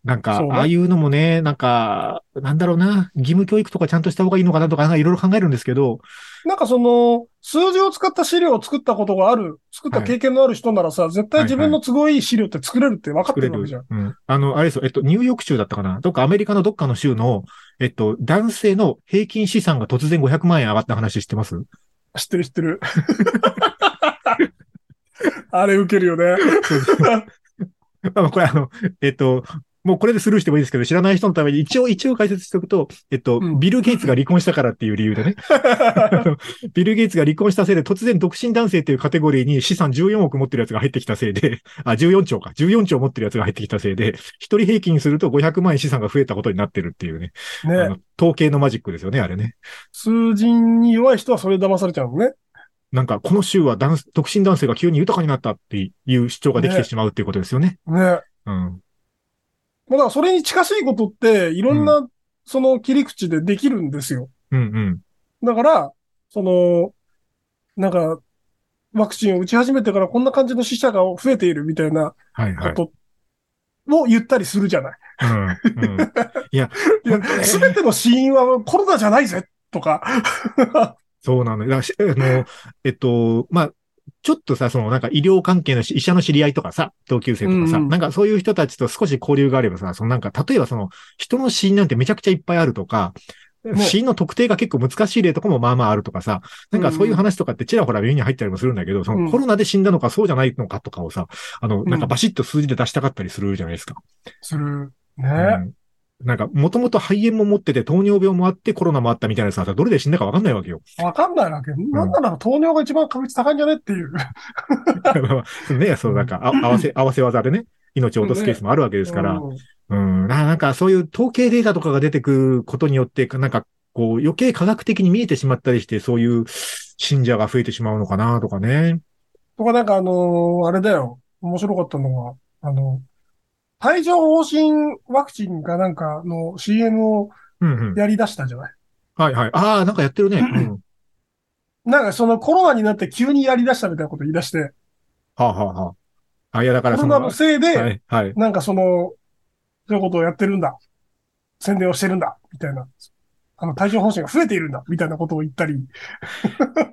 Speaker 2: なんか、
Speaker 3: そうね
Speaker 2: ああいうのもね、なんか、なんだろうな、義務教育とかちゃんとした方がいいのかなとか、なんかいろいろ考えるんですけど、
Speaker 3: なんかその、数字を使った資料を作ったことがある、作った経験のある人ならさ、絶対自分の都合いい資料って作れるって分かって
Speaker 2: 作れ
Speaker 3: るわけじゃん
Speaker 2: る。。うん。あの、あれですよ、えっと、ニューヨーク州だったかなどっかアメリカのどっかの州の、えっと、男性の平均資産が突然500万円上がった話知ってます
Speaker 3: 知ってる知ってる。 あれ受けるよね。
Speaker 2: あこれあの、えっと、もうこれでスルーしてもいいですけど、知らない人のために一応、一応解説しておくと、えっと、
Speaker 3: うん
Speaker 2: ビル・ゲイツが離婚したからっていう理由でね、 あのビル・ゲイツが離婚したせいで突然独身男性というカテゴリーに資産14億持ってるやつが入ってきたせいで、 あ、14兆か、14兆持ってるやつが入ってきたせいで、一人平均にすると500万円資産が増えたことになってるっていうね、あ
Speaker 3: ね
Speaker 2: の統計のマジックですよね、あれね。
Speaker 3: 数字に弱い人はそれ騙されちゃうのね。
Speaker 2: なんか、この州は男独身男性が急に豊かになったっていう主張ができて
Speaker 3: ね
Speaker 2: しまうっていうことですよね。
Speaker 3: ね。
Speaker 2: うん。
Speaker 3: まあだからそれに近しいことって、いろんな、その切り口でできるんですよ。
Speaker 2: うんうん。
Speaker 3: だから、その、なんか、ワクチンを打ち始めてからこんな感じの死者が増えているみたいな
Speaker 2: はい
Speaker 3: こ
Speaker 2: はい。
Speaker 3: とを言ったりするじゃない。
Speaker 2: うんうん。
Speaker 3: い やすべ、ての死因はコロナじゃないぜとか。
Speaker 2: そうなのよ。だからし、あの、えっと、まあ、ちょっとさ、そのなんか医療関係のし医者の知り合いとかさ、同級生とかさ、
Speaker 3: うんうん
Speaker 2: なんかそういう人たちと少し交流があればさ、そのなんか、例えばその、人の死因なんてめちゃくちゃいっぱいあるとか、
Speaker 3: ね
Speaker 2: 死因の特定が結構難しい例とかもまあまああるとかさ、なんかそういう話とかってちらほら耳に入ったりもするんだけど、そ
Speaker 3: うん
Speaker 2: のコロナで死んだのかそうじゃないのかとかをさ、あの、
Speaker 3: うん
Speaker 2: なんかバシッと数字で出したかったりするじゃないですか。
Speaker 3: する。ね。
Speaker 2: うんなんか、もともと肺炎も持ってて、糖尿病もあって、コロナもあったみたいなさ、どれで死んだかわかんないわけよ。
Speaker 3: わかんないわけ。なんなら糖尿が一番確率高いんじゃねっていう。
Speaker 2: まあまあね、そう、なんか、あ合わせ、合わせ技でね、命を落とすケースもあるわけですから、
Speaker 3: うん
Speaker 2: うん、ななんかそういう統計データとかが出てくることによって、なんか、こう、余計科学的に見えてしまったりして、そういう信者が増えてしまうのかなとかね。
Speaker 3: とかなんかあのーあれだよ。面白かったのは、あの、帯状疱疹ワクチンかなんかの CM を
Speaker 2: うんうん。
Speaker 3: やり出したじゃない。
Speaker 2: はいはい。ああ、なんかやってるね。うん。は
Speaker 3: なんかそのコロナになって急にやり出したみたいなこと言い出して、
Speaker 2: あ、はあはあ、あ、いや、だか
Speaker 3: コ
Speaker 2: ら
Speaker 3: ロ
Speaker 2: そ
Speaker 3: ナ
Speaker 2: の、
Speaker 3: の
Speaker 2: は
Speaker 3: せいで、
Speaker 2: い、はい。
Speaker 3: なんかその、そういうことをやってるんだ。宣伝をしてるんだ。みたいな。あの、帯状疱疹が増えているんだ。みたいなことを言ったり。
Speaker 2: だか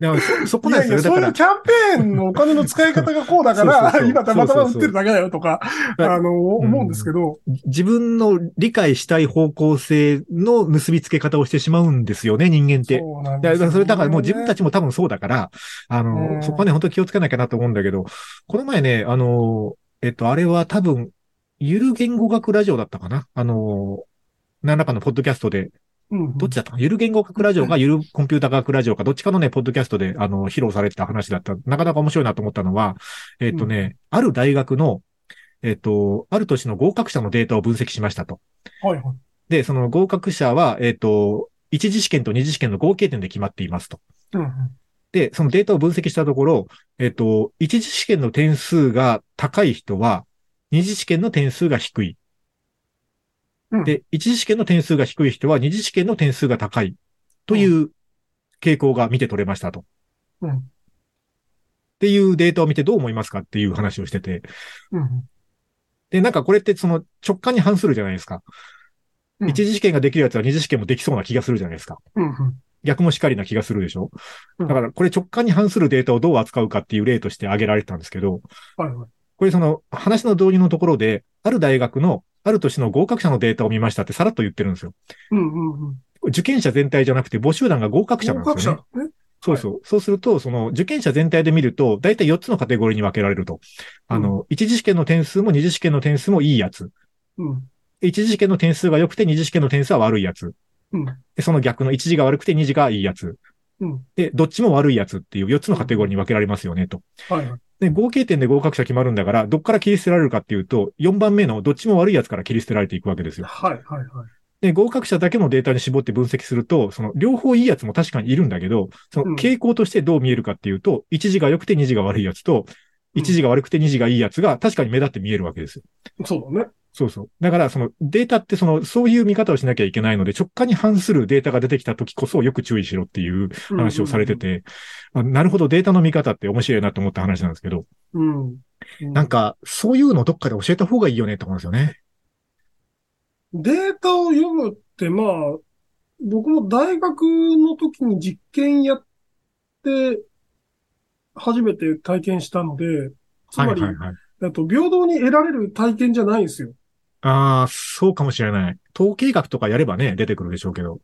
Speaker 2: らそ、そこ
Speaker 3: い
Speaker 2: なん
Speaker 3: や
Speaker 2: で
Speaker 3: い
Speaker 2: すよ
Speaker 3: や、
Speaker 2: ね。だ
Speaker 3: そ
Speaker 2: か
Speaker 3: うい
Speaker 2: ら
Speaker 3: う、キャンペーンのお金の使い方がこうだか
Speaker 2: そうそう
Speaker 3: ら、
Speaker 2: そう
Speaker 3: 今たまたま売ってるだけだよとか、
Speaker 2: そう
Speaker 3: あの、思うんですけど、
Speaker 2: 自分の理解したい方向性の結びつけ方をしてしまうんですよね、人間って。
Speaker 3: そうなん
Speaker 2: いや、
Speaker 3: ですよね
Speaker 2: それだからもう自分たちも多分そうだから、あ
Speaker 3: うん
Speaker 2: の、そこはね、本当気をつけなきゃなと思うんだけど、この前ね、あの、えっと、あれは多分、ゆる言語学ラジオだったかなあの、何らかのポッドキャストで、
Speaker 3: うん
Speaker 2: どっちだったかなゆる言語学ラジオか、ゆるコンピュータ学ラジオか、どっちかのね、ポッドキャストで、あの、披露されてた話だった。なかなか面白いなと思ったのは、えっとね、ある大学の、えっと、ある年の合格者のデータを分析しましたと。
Speaker 3: はいはい。
Speaker 2: で、その合格者は、えっと、一次試験と二次試験の合計点で決まっていますと。
Speaker 3: うん
Speaker 2: で、そのデータを分析したところ、えっと、一次試験の点数が高い人は、二次試験の点数が低い。
Speaker 3: うん
Speaker 2: で、一次試験の点数が低い人は、二次試験の点数が高い。という傾向が見て取れましたと。
Speaker 3: うん
Speaker 2: っ。ていうデータを見てどう思いますかっていう話をしてて。
Speaker 3: うん
Speaker 2: で、なんかこれってその直感に反するじゃないですか。
Speaker 3: うん
Speaker 2: 一次試験ができるやつは二次試験もできそうな気がするじゃないですか。
Speaker 3: うんうん
Speaker 2: 逆もしかりな気がするでしょだ
Speaker 3: うん
Speaker 2: からこれ直感に反するデータをどう扱うかっていう例として挙げられてたんですけど、
Speaker 3: はいはい。
Speaker 2: これその話の導入のところで、ある大学のある年の合格者のデータを見ましたってさらっと言ってるんですよ。
Speaker 3: うんうんうん。
Speaker 2: 受験者全体じゃなくて募集団が合格者なん
Speaker 3: 合
Speaker 2: で
Speaker 3: 格
Speaker 2: すよ
Speaker 3: 者
Speaker 2: ね。そうそう。そうすると、その受験者全体で見ると、だいたい4つのカテゴリーに分けられると。あの、一次試験の点数も二次試験の点数もいいやつ。
Speaker 3: うん
Speaker 2: 一次試験の点数が良くて二次試験の点数は悪いやつ。
Speaker 3: うん
Speaker 2: で、その逆の一次が悪くて二次がいいやつ。
Speaker 3: うん。
Speaker 2: で、どっちも悪いやつっていう4つのカテゴリーに分けられますよね、と。
Speaker 3: はいはい。
Speaker 2: で、合計点で合格者決まるんだから、どっから切り捨てられるかっていうと、4番目のどっちも悪いやつから切り捨てられていくわけですよ。
Speaker 3: はいはいはい。
Speaker 2: で、合格者だけのデータに絞って分析すると、その両方いいやつも確かにいるんだけど、そ
Speaker 3: うん
Speaker 2: の傾向としてどう見えるかっていうと、1時が良くて2時が悪いやつと、 1時が悪くて2時がいいやつが確かに目立って見えるわけですよ。
Speaker 3: そうだね。
Speaker 2: そうそう。だから、そのデータってその、そういう見方をしなきゃいけないので、直感に反するデータが出てきた時こそよく注意しろっていう話をされてて、あなるほど、データの見方って面白いなと思った話なんですけど、
Speaker 3: うん。うん。うん
Speaker 2: なんか、そういうのどっかで教えた方がいいよねって思うんですよね。
Speaker 3: データを読むって、まあ、僕も大学の時に実験やって、初めて体験したので、つまり、
Speaker 2: はいはいはい。
Speaker 3: えっと平等に得られる体験じゃないんですよ。
Speaker 2: ああ、そうかもしれない。統計学とかやればね、出てくるでしょうけど。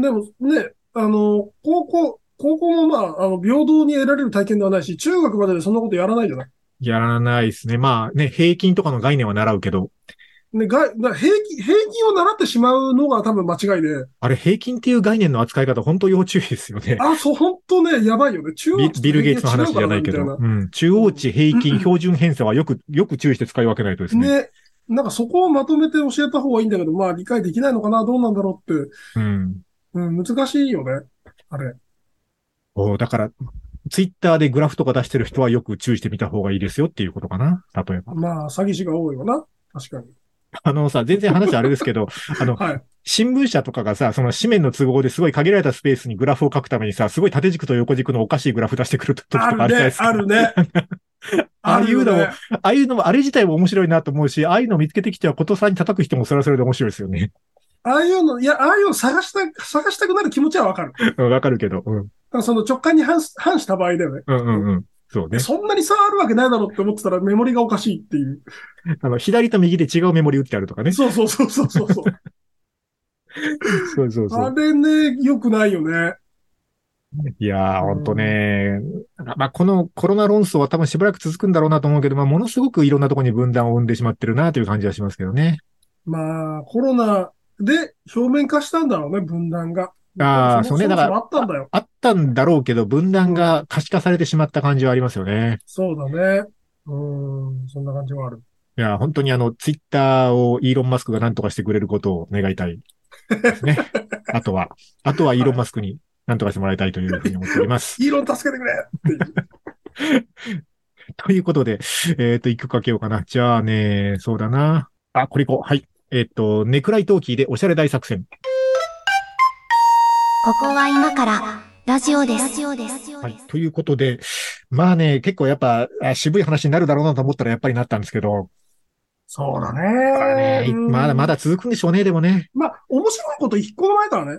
Speaker 3: でもね、あの、高校、高校もまあ、あの、平等に得られる体験ではないし、中学まででそんなことやらないじゃない。
Speaker 2: やらないですね。まあね、平均とかの概念は習うけど、
Speaker 3: ね、が、だ平均、平均を習ってしまうのが多分間違いで、
Speaker 2: あれ平均っていう概念の扱い方本当要注意ですよね。
Speaker 3: あ、そう、本当ね、やばいよね。中
Speaker 2: ビ
Speaker 3: 学
Speaker 2: ビル・ゲイツの話じゃないけど、うん、中央値平均標準偏差はよく、よく注意して使い分けないとですね。
Speaker 3: ね、なんかそこをまとめて教えた方がいいんだけど、まあ理解できないのかな、どうなんだろうって、
Speaker 2: うん。
Speaker 3: うん、難しいよね。あれ。
Speaker 2: おうだから、ツイッターでグラフとか出してる人はよく注意してみた方がいいですよっていうことかな。例えば。
Speaker 3: まあ、詐欺師が多いよな。確かに。
Speaker 2: あのさ、全然話あれですけ ど、あの、
Speaker 3: はい。
Speaker 2: 新聞社とかがさ、その紙面の都合ですごい限られたスペースにグラフを書くためにさ、すごい縦軸と横軸のおかしいグラフ出してくる時とか
Speaker 3: あ
Speaker 2: あるじゃ
Speaker 3: る
Speaker 2: ないで
Speaker 3: ね、
Speaker 2: すか。
Speaker 3: ある ね。
Speaker 2: ああいうの
Speaker 3: あ
Speaker 2: も
Speaker 3: るよね
Speaker 2: ああいうのも、あれ自体も面白いなと思うし、ああいうのを見つけてきてはことさんに叩く人もそれはそれで面白いですよね。
Speaker 3: ああいうの、いや、ああいうの探した、探したくなる気持ちはわかる。だ
Speaker 2: うんわかるけど。うん。
Speaker 3: からその直感に反す反した場合だよね。
Speaker 2: うんうんうん。そうね。
Speaker 3: そんなに差あるわけないだろうって思ってたらメモリがおかしいっていう。
Speaker 2: あの、左と右で違うメモリ打ってあるとかね。
Speaker 3: そうそうそうそうそう そう。
Speaker 2: そうそうそ
Speaker 3: あ
Speaker 2: う。
Speaker 3: れね、良くないよね。
Speaker 2: いやー、ほんとね。まあ、このコロナ論争は多分しばらく続くんだろうなと思うけど、まあ、ものすごくいろんなところに分断を生んでしまってるなという感じはしますけどね。
Speaker 3: まあ、コロナで表面化したんだろうね、分断が。
Speaker 2: あーそうね
Speaker 3: だ
Speaker 2: だか
Speaker 3: か
Speaker 2: ら
Speaker 3: ら。そもそもあったんだよ。
Speaker 2: あったんだろうけど、分断が可視化されてしまった感じはありますよね。
Speaker 3: そうだね。うーん、そんな感じはある。
Speaker 2: いやー、本当にあの、ツイッターをイーロン・マスクが何とかしてくれることを願いたいです ね。あとは、あとはイーロン・マスクに何とかしてもらいたいというふうに思っております。
Speaker 3: イーロン助けてくれっていう。
Speaker 2: ということで、えっ、と、一曲かけようかな。じゃあね、そうだな。あ、これいこう。はい。えっ、と、ネクライトーキーでおしゃれ大作戦。
Speaker 1: ここは今からラジオです。ラジオです。
Speaker 2: はい。ということで、まあね、結構やっぱあ渋い話になるだろうなと思ったらやっぱりなったんですけど、
Speaker 3: そうだ
Speaker 2: これね。
Speaker 3: ね
Speaker 2: まだま
Speaker 3: だ。
Speaker 2: だ続くんでしょうね、でもね。
Speaker 3: まあ、面白いこと一個もないからね、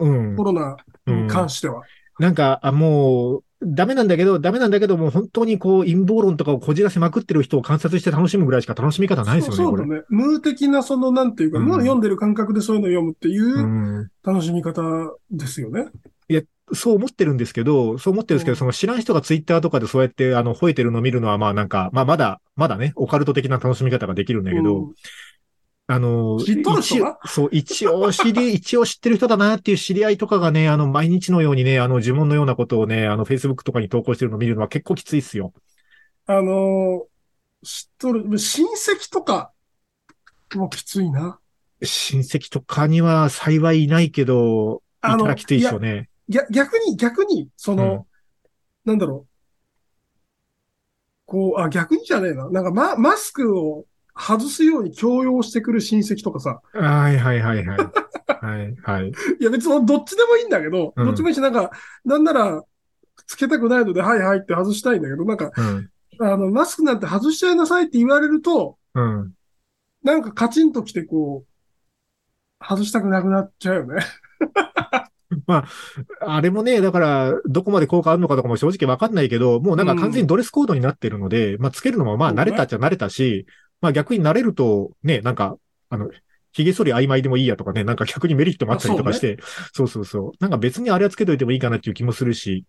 Speaker 2: うん
Speaker 3: コ。ロナ
Speaker 2: うん
Speaker 3: に関しては。
Speaker 2: なんか、あもう、ダメなんだけど、ダメなんだけど、もう本当にこう、陰謀論とかをこじらせまくってる人を観察して楽しむぐらいしか楽しみ方ないですよね、
Speaker 3: そう
Speaker 2: こ
Speaker 3: そうだ
Speaker 2: れ。
Speaker 3: ね。無的な、その、なんていうか、
Speaker 2: うん。
Speaker 3: 無を読んでる感覚でそういうのを読むっていううん楽しみ方ですよね。
Speaker 2: そう思ってるんですけど、そう思ってるんですけ
Speaker 3: う
Speaker 2: ど、
Speaker 3: ん
Speaker 2: その知らん人がツイッターとかでそうやって、あの、吠えてるの見るのは、まあなんか、まあまだ、まだね、オカルト的な楽しみ方ができるんだけど、
Speaker 3: うん
Speaker 2: あの、
Speaker 3: 知っとる人
Speaker 2: 一
Speaker 3: な
Speaker 2: 応、そう、一応知り、 一応知ってる人だなっていう知り合いとかがね、あの、毎日のようにね、あの、呪文のようなことをね、あの、Facebook とかに投稿してるの見るのは結構きついっすよ。
Speaker 3: あのー知っとる、親戚とかもきついな。
Speaker 2: 親戚とかには幸いいないけど、い
Speaker 3: あ
Speaker 2: た
Speaker 3: の
Speaker 2: らきついっすよね。
Speaker 3: ぎゃ逆に、逆に、その、なんだろう。こう、あ、逆にじゃねえな。なんか、ま、マスクを外すように強要してくる親戚とかさ。
Speaker 2: はいはいはいはい。はいはい。
Speaker 3: いや、別にどっちでもいいんだけど、
Speaker 2: うん
Speaker 3: どっちもいいし、なんか、なんなら、つけたくないので、はいはいって外したいんだけど、なんか、
Speaker 2: うん。
Speaker 3: あの、マスクなんて外しちゃいなさいって言われると、
Speaker 2: うん。
Speaker 3: なんかカチンときて、こう、外したくなくなっちゃうよね。
Speaker 2: あれもね、だから、どこまで効果あるのかとかも正直わかんないけど、もうなんか完全にドレスコードになってるので、まあつけるのもまあ慣れたっちゃ慣れたし、まあ逆に慣れると、ね、なんか、あの、髭剃り曖昧でもいいやとかね、なんか逆にメリットもあったりとかして、そうそうそう。なんか別にあれはつけといてもいいかなっていう気もするし、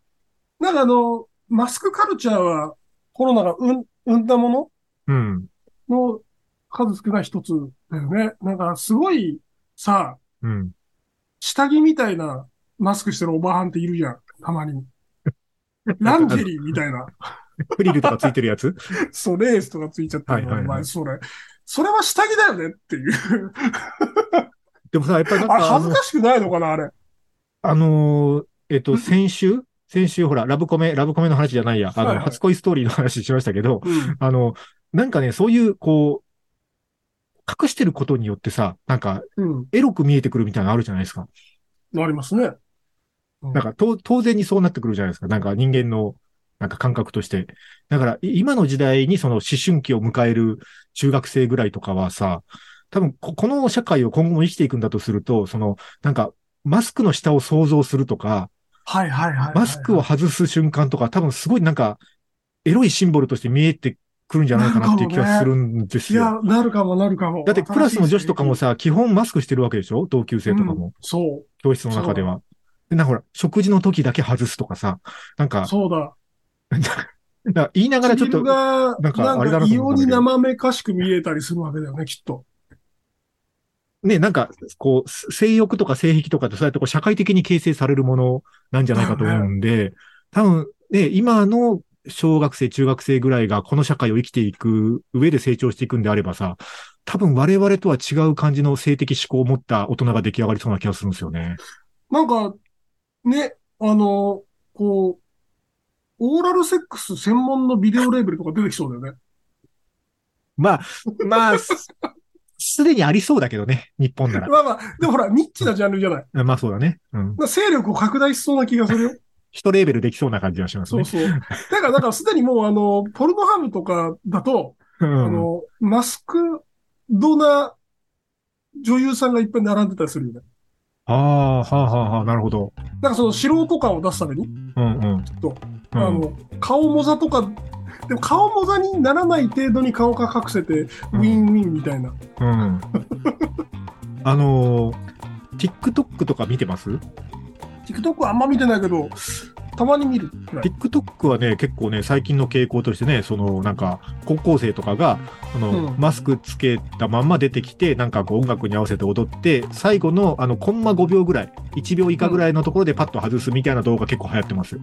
Speaker 3: なんかあの、マスクカルチャーはコロナが生ん生んだも
Speaker 2: うん、
Speaker 3: のの数少ない一つだよね。なんかすごいさ、
Speaker 2: うん。
Speaker 3: 下着みたいなマスクしてるおばはんっているじゃん。たま に。ランジェリーみたいな。
Speaker 2: フリルとかついてるやつ
Speaker 3: そう、レースとかついちゃって
Speaker 2: は
Speaker 3: るの、
Speaker 2: いはいはい
Speaker 3: お前、それ。それは下着だよねっていう。
Speaker 2: でもさ、やっぱりなん
Speaker 3: あれ、
Speaker 2: かあ
Speaker 3: 恥ず
Speaker 2: の
Speaker 3: か、しくないのかな、あれ。
Speaker 2: あのーえっと、先週先週ほら、ラブコメ、ラブコメの話じゃないや、あ
Speaker 3: はい
Speaker 2: の、
Speaker 3: はい
Speaker 2: 初恋ストーリーの話しましたけど、
Speaker 3: うん。
Speaker 2: あの、なんかね、そういう、こう、隠してることによってさ、なんか、
Speaker 3: うん。
Speaker 2: エロく見えてくるみたいなのあるじゃないですか。
Speaker 3: ありますね。
Speaker 2: なんか、と当然にそうなってくるじゃないですか。なんか人間の、なんか感覚として。だから、い今の時代にその思春期を迎える中学生ぐらいとかはさ、多分こ、この社会を今後も生きていくんだとすると、その、なんか、マスクの下を想像するとか、
Speaker 3: はいはいはいはいはい。
Speaker 2: マスクを外す瞬間とか、多分すごいなんか、エロいシンボルとして見えてくるんじゃないかなっていう気がするんです
Speaker 3: い
Speaker 2: よ。
Speaker 3: や、なるかもなるかも。
Speaker 2: だってクラスの女子とかも
Speaker 3: 新し
Speaker 2: さ、基本マスクしてるわけでしょ同級
Speaker 3: い
Speaker 2: 生
Speaker 3: 経
Speaker 2: と
Speaker 3: 験
Speaker 2: かも、。
Speaker 3: そ
Speaker 2: 教室の中では。で、なんかほら、食事の時だけ外すとかさ、なん
Speaker 3: う、
Speaker 2: か、
Speaker 3: そうだ。
Speaker 2: なんかなんか言いながらちょっ
Speaker 3: 唇
Speaker 2: と、
Speaker 3: が、
Speaker 2: な
Speaker 3: なんん
Speaker 2: かあれだなと思った
Speaker 3: か
Speaker 2: んだけど
Speaker 3: 異様に生めかしく見えたりするわけだよね、きっと。
Speaker 2: ね、なんか、こう、す性欲とか性癖とかってそうやってこう社会的に形成されるものなんじゃないかと思うんで、多分ね、今の小学生、中学生ぐらいがこの社会を生きていく上で成長していくんであればさ、多分我々とは違う感じの性的思考を持った大人が出来上がりそうな気がするんですよね。
Speaker 3: なんか、ね、あの、こう、オーラルセックス専門のビデオレーベルとか出てきそうだよね。
Speaker 2: まあ、まあ、すすでにありそうだけどね、日本 なら。
Speaker 3: まあまあ、でもほら、ニッチなジャンルじゃない。
Speaker 2: まあそうだね。うん。
Speaker 3: なんか勢力を拡大しそうな気がするよ。
Speaker 2: 一レーベルできそうな感じがします
Speaker 3: そう
Speaker 2: ね。
Speaker 3: そう。だから、だからすでにもう、あの、ポルノハムとかだと、
Speaker 2: うん
Speaker 3: あの、マスクドな女優さんがいっぱい並んでたりするよね。
Speaker 2: ああ、はあはあはあ、なるほど。
Speaker 3: なんかその素人感を出すために、
Speaker 2: うんうん。
Speaker 3: と
Speaker 2: う
Speaker 3: あ
Speaker 2: ん、
Speaker 3: の、顔もざとか、でも顔もざにならない程度に顔が隠せて、ウ
Speaker 2: うん
Speaker 3: ィンウィンみたいな。
Speaker 2: うん。 あのー、TikTok とか見てます
Speaker 3: TikTok はあんま見てないけど、たまに見るくらい。
Speaker 2: ?TikTok はね、結構ね、最近の傾向としてね、その、なんか、高校生とかが、あの、
Speaker 3: うん
Speaker 2: マスクつけたまんま出てきて、なんかこう音楽に合わせて踊って、最後の、あの、コンマ5秒ぐらい、1秒以下ぐらいのところでパッと外すみたいな動画結構流行ってますよ。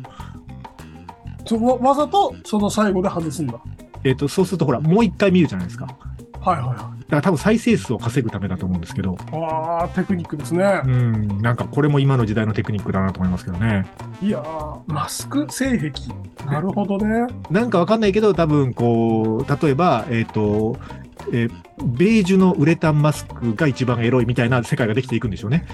Speaker 3: そうわわざとその最後で外すんだ。
Speaker 2: えっ、と、そうするとほら、もう一回見るじゃないですか。だか
Speaker 3: はいはいは
Speaker 2: ら多分再生数を稼ぐためだと思うんですけど、
Speaker 3: い。ああ、テクニックですね
Speaker 2: う。ん、なんかこれも今の時代のテクニックだなと思いますけどね。
Speaker 3: いやー、マスク性癖。なるほどね。
Speaker 2: なんかわかんないけど、多分こう、例えば、えっ、と、えーベージュのウレタンマスクが一番エロいみたいな世界ができていくんでしょうね。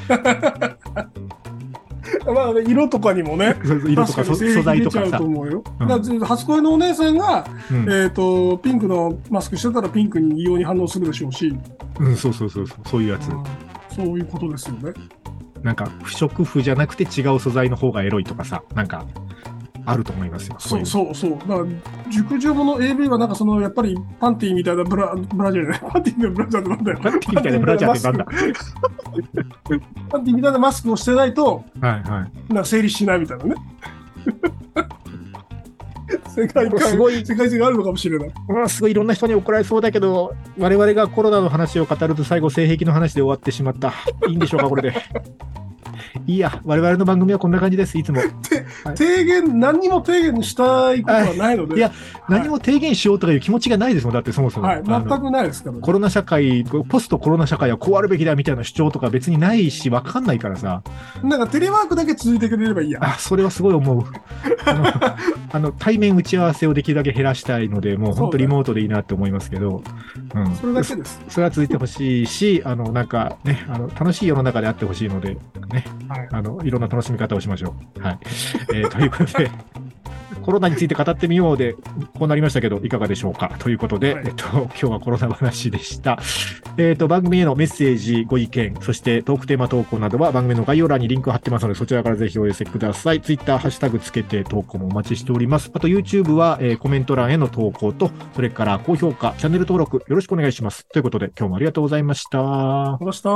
Speaker 3: まあね、色とかにもね。
Speaker 2: そうそう色とかそ
Speaker 3: 確に
Speaker 2: 素材とか
Speaker 3: 出ち
Speaker 2: さ
Speaker 3: ゃうと。思うよ。
Speaker 2: うん
Speaker 3: だから初恋のお姉さんが、
Speaker 2: うん
Speaker 3: えっ、と、ピンクのマスクしてたらピンクに異様に反応するでしょうし、
Speaker 2: うん、そうそうそうそう、そういうやつ。
Speaker 3: そういうことですよね。
Speaker 2: なんか、不織布じゃなくて違う素材の方がエロいとかさ、なんか、あると思いますよ。こ
Speaker 3: そう
Speaker 2: いう
Speaker 3: そうそう。だから、熟女もの AV はなんかその、やっぱりパンティーみたいなブラ、 ブラジャーじゃない、パンティーみたいなブラジャーってなんだ
Speaker 2: パ
Speaker 3: よ。
Speaker 2: ンティみたいなブラジャーってなんだ。
Speaker 3: パンティーみたいなマスクをしてないと、
Speaker 2: はいは
Speaker 3: なんか成立しないみたいなね。世界
Speaker 2: い。
Speaker 3: 観、
Speaker 2: すごい、
Speaker 3: 世界性があるのかもしれない。
Speaker 2: うんすごいいろんな人に怒られそうだけど、我々がコロナの話を語ると最後性癖の話で終わってしまった。いいんでしょうか、これで。 いいや、我々の番組はこんな感じです、いつも。
Speaker 3: 提言、何にも提言したいことはないので、
Speaker 2: いや何も提言しようとかいう気持ちがないですもん、だってそもそも。
Speaker 3: はい、
Speaker 2: あ
Speaker 3: 全
Speaker 2: の
Speaker 3: くないですからね。
Speaker 2: コロナ社会、ポストコロナ社会はこうあるべきだみたいな主張とか別にないし、わかんないからさ、
Speaker 3: なんかテレワークだけ続いてくれればいいや。
Speaker 2: あ、それはすごい思う。あ の、あの対面打ち合わせをできるだけ減らしたいので、もう本当リモートでいいなって思いますけど、うん。
Speaker 3: それだけです。
Speaker 2: それは続いてほしいし、あの、なんかね、あの、楽しい世の中であってほしいので、ね、
Speaker 3: はい
Speaker 2: あの、いろんな楽しみ方をしましょう。はい。えー ということで、コロナについて語ってみようで、こうなりましたけど、いかがでしょうかということで、
Speaker 3: はい
Speaker 2: えっと、今日はコロナ話でした。えっと、番組へのメッセージ、ご意見、そしてトークテーマ投稿などは番組の概要欄にリンクを貼ってますので、そちらからぜひお寄せください。ツイッター、ハッシュタグつけて投稿もお待ちしております。あと、YouTube は、えーコメント欄への投稿と、それから高評価、チャンネル登録、よろしくお願いします。ということで、今日もありがとうございました。
Speaker 3: 戻した。